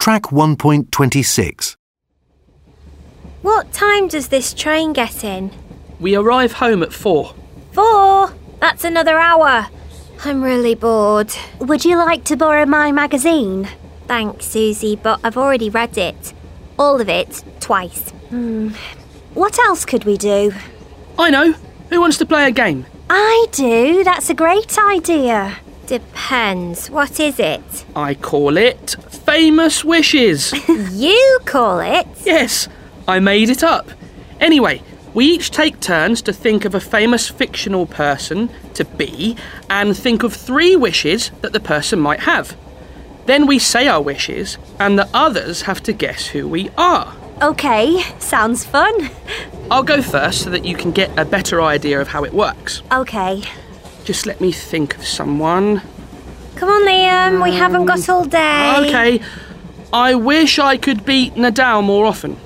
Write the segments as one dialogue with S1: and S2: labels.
S1: Track 1.26.
S2: What time does this train get in?
S3: We arrive home at four.
S2: Four! That's another hour. I'm really bored.
S4: Would you like to borrow my magazine?
S2: Thanks, Susie, but I've already read it. All of it, twice. Hmm.
S4: What else could we do?
S3: I know. Who wants to play a game?
S4: I do. That's a great idea.
S2: Depends. What is it?
S3: I call it Famous Wishes.
S2: you call it?
S3: yes, I made it up. Anyway, we each take turns to think of a famous fictional person to be and think of three wishes that the person might have. Then we say our wishes, and the others have to guess who we are.
S4: Okay, sounds fun.
S3: I'll go first so that you can get a better idea of how it works.
S4: Okay.
S3: Just let me think of someone.
S2: Come on, Liam, we haven't got all day.
S3: Okay, I wish I could beat Nadal more often.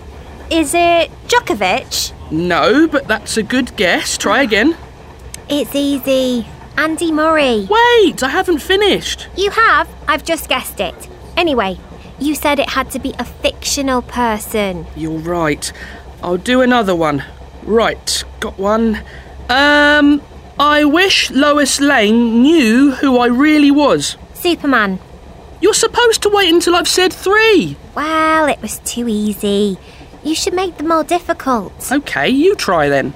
S4: Is it Djokovic?
S3: No, but that's a good guess. Try again.
S2: It's easy. Andy Murray.
S3: Wait, I haven't finished.
S2: You have? I've just guessed it. Anyway, you said it had to be a fictional person.
S3: You're right. I'll do another one. Right, got one. Um, I wish Lois Lane knew who I really was.
S2: Superman.
S3: You're supposed to wait until I've said three.
S2: Well, it was too easy. You should make them more difficult.
S3: Okay, you try then.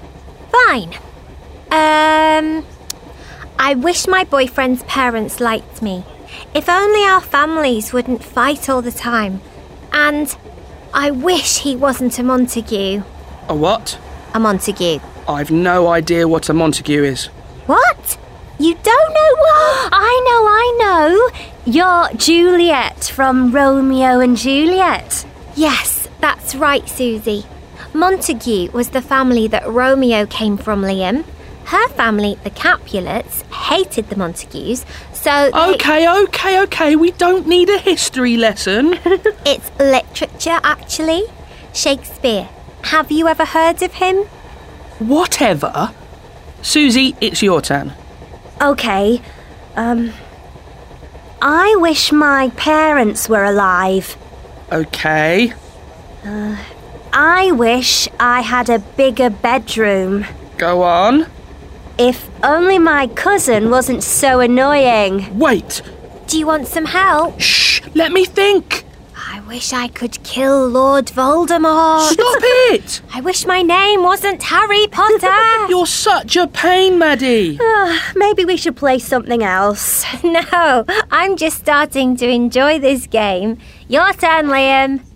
S2: Fine. Um, I wish my boyfriend's parents liked me. If only our families wouldn't fight all the time. And I wish he wasn't a Montague.
S3: A what?
S2: A Montague.
S3: I've no idea what a Montague is.
S2: What?
S4: You don't know what? I know, I know. You're Juliet from Romeo and Juliet.
S2: Yes, that's right, Susie. Montague was the family that Romeo came from, Liam. Her family, the Capulets, hated the Montagues, so they-
S3: Okay, okay, okay. We don't need a history lesson.
S2: it's literature actually. Shakespeare. Have you ever heard of him?
S3: Whatever. Susie, it's your turn.
S4: Okay. Um. I wish my parents were alive.
S3: Okay.
S4: I wish I had a bigger bedroom.
S3: Go on.
S4: If only my cousin wasn't so annoying.
S3: Wait.
S2: Do you want some help?
S3: Shh. Let me think.
S2: I wish I could kill Lord Voldemort.
S3: Stop it.
S2: I wish my name wasn't Harry Potter.
S3: You're such a pain, Maddie.
S4: Ah, Maybe we should play something else.
S2: no, I'm just starting to enjoy this game. Your turn, Liam.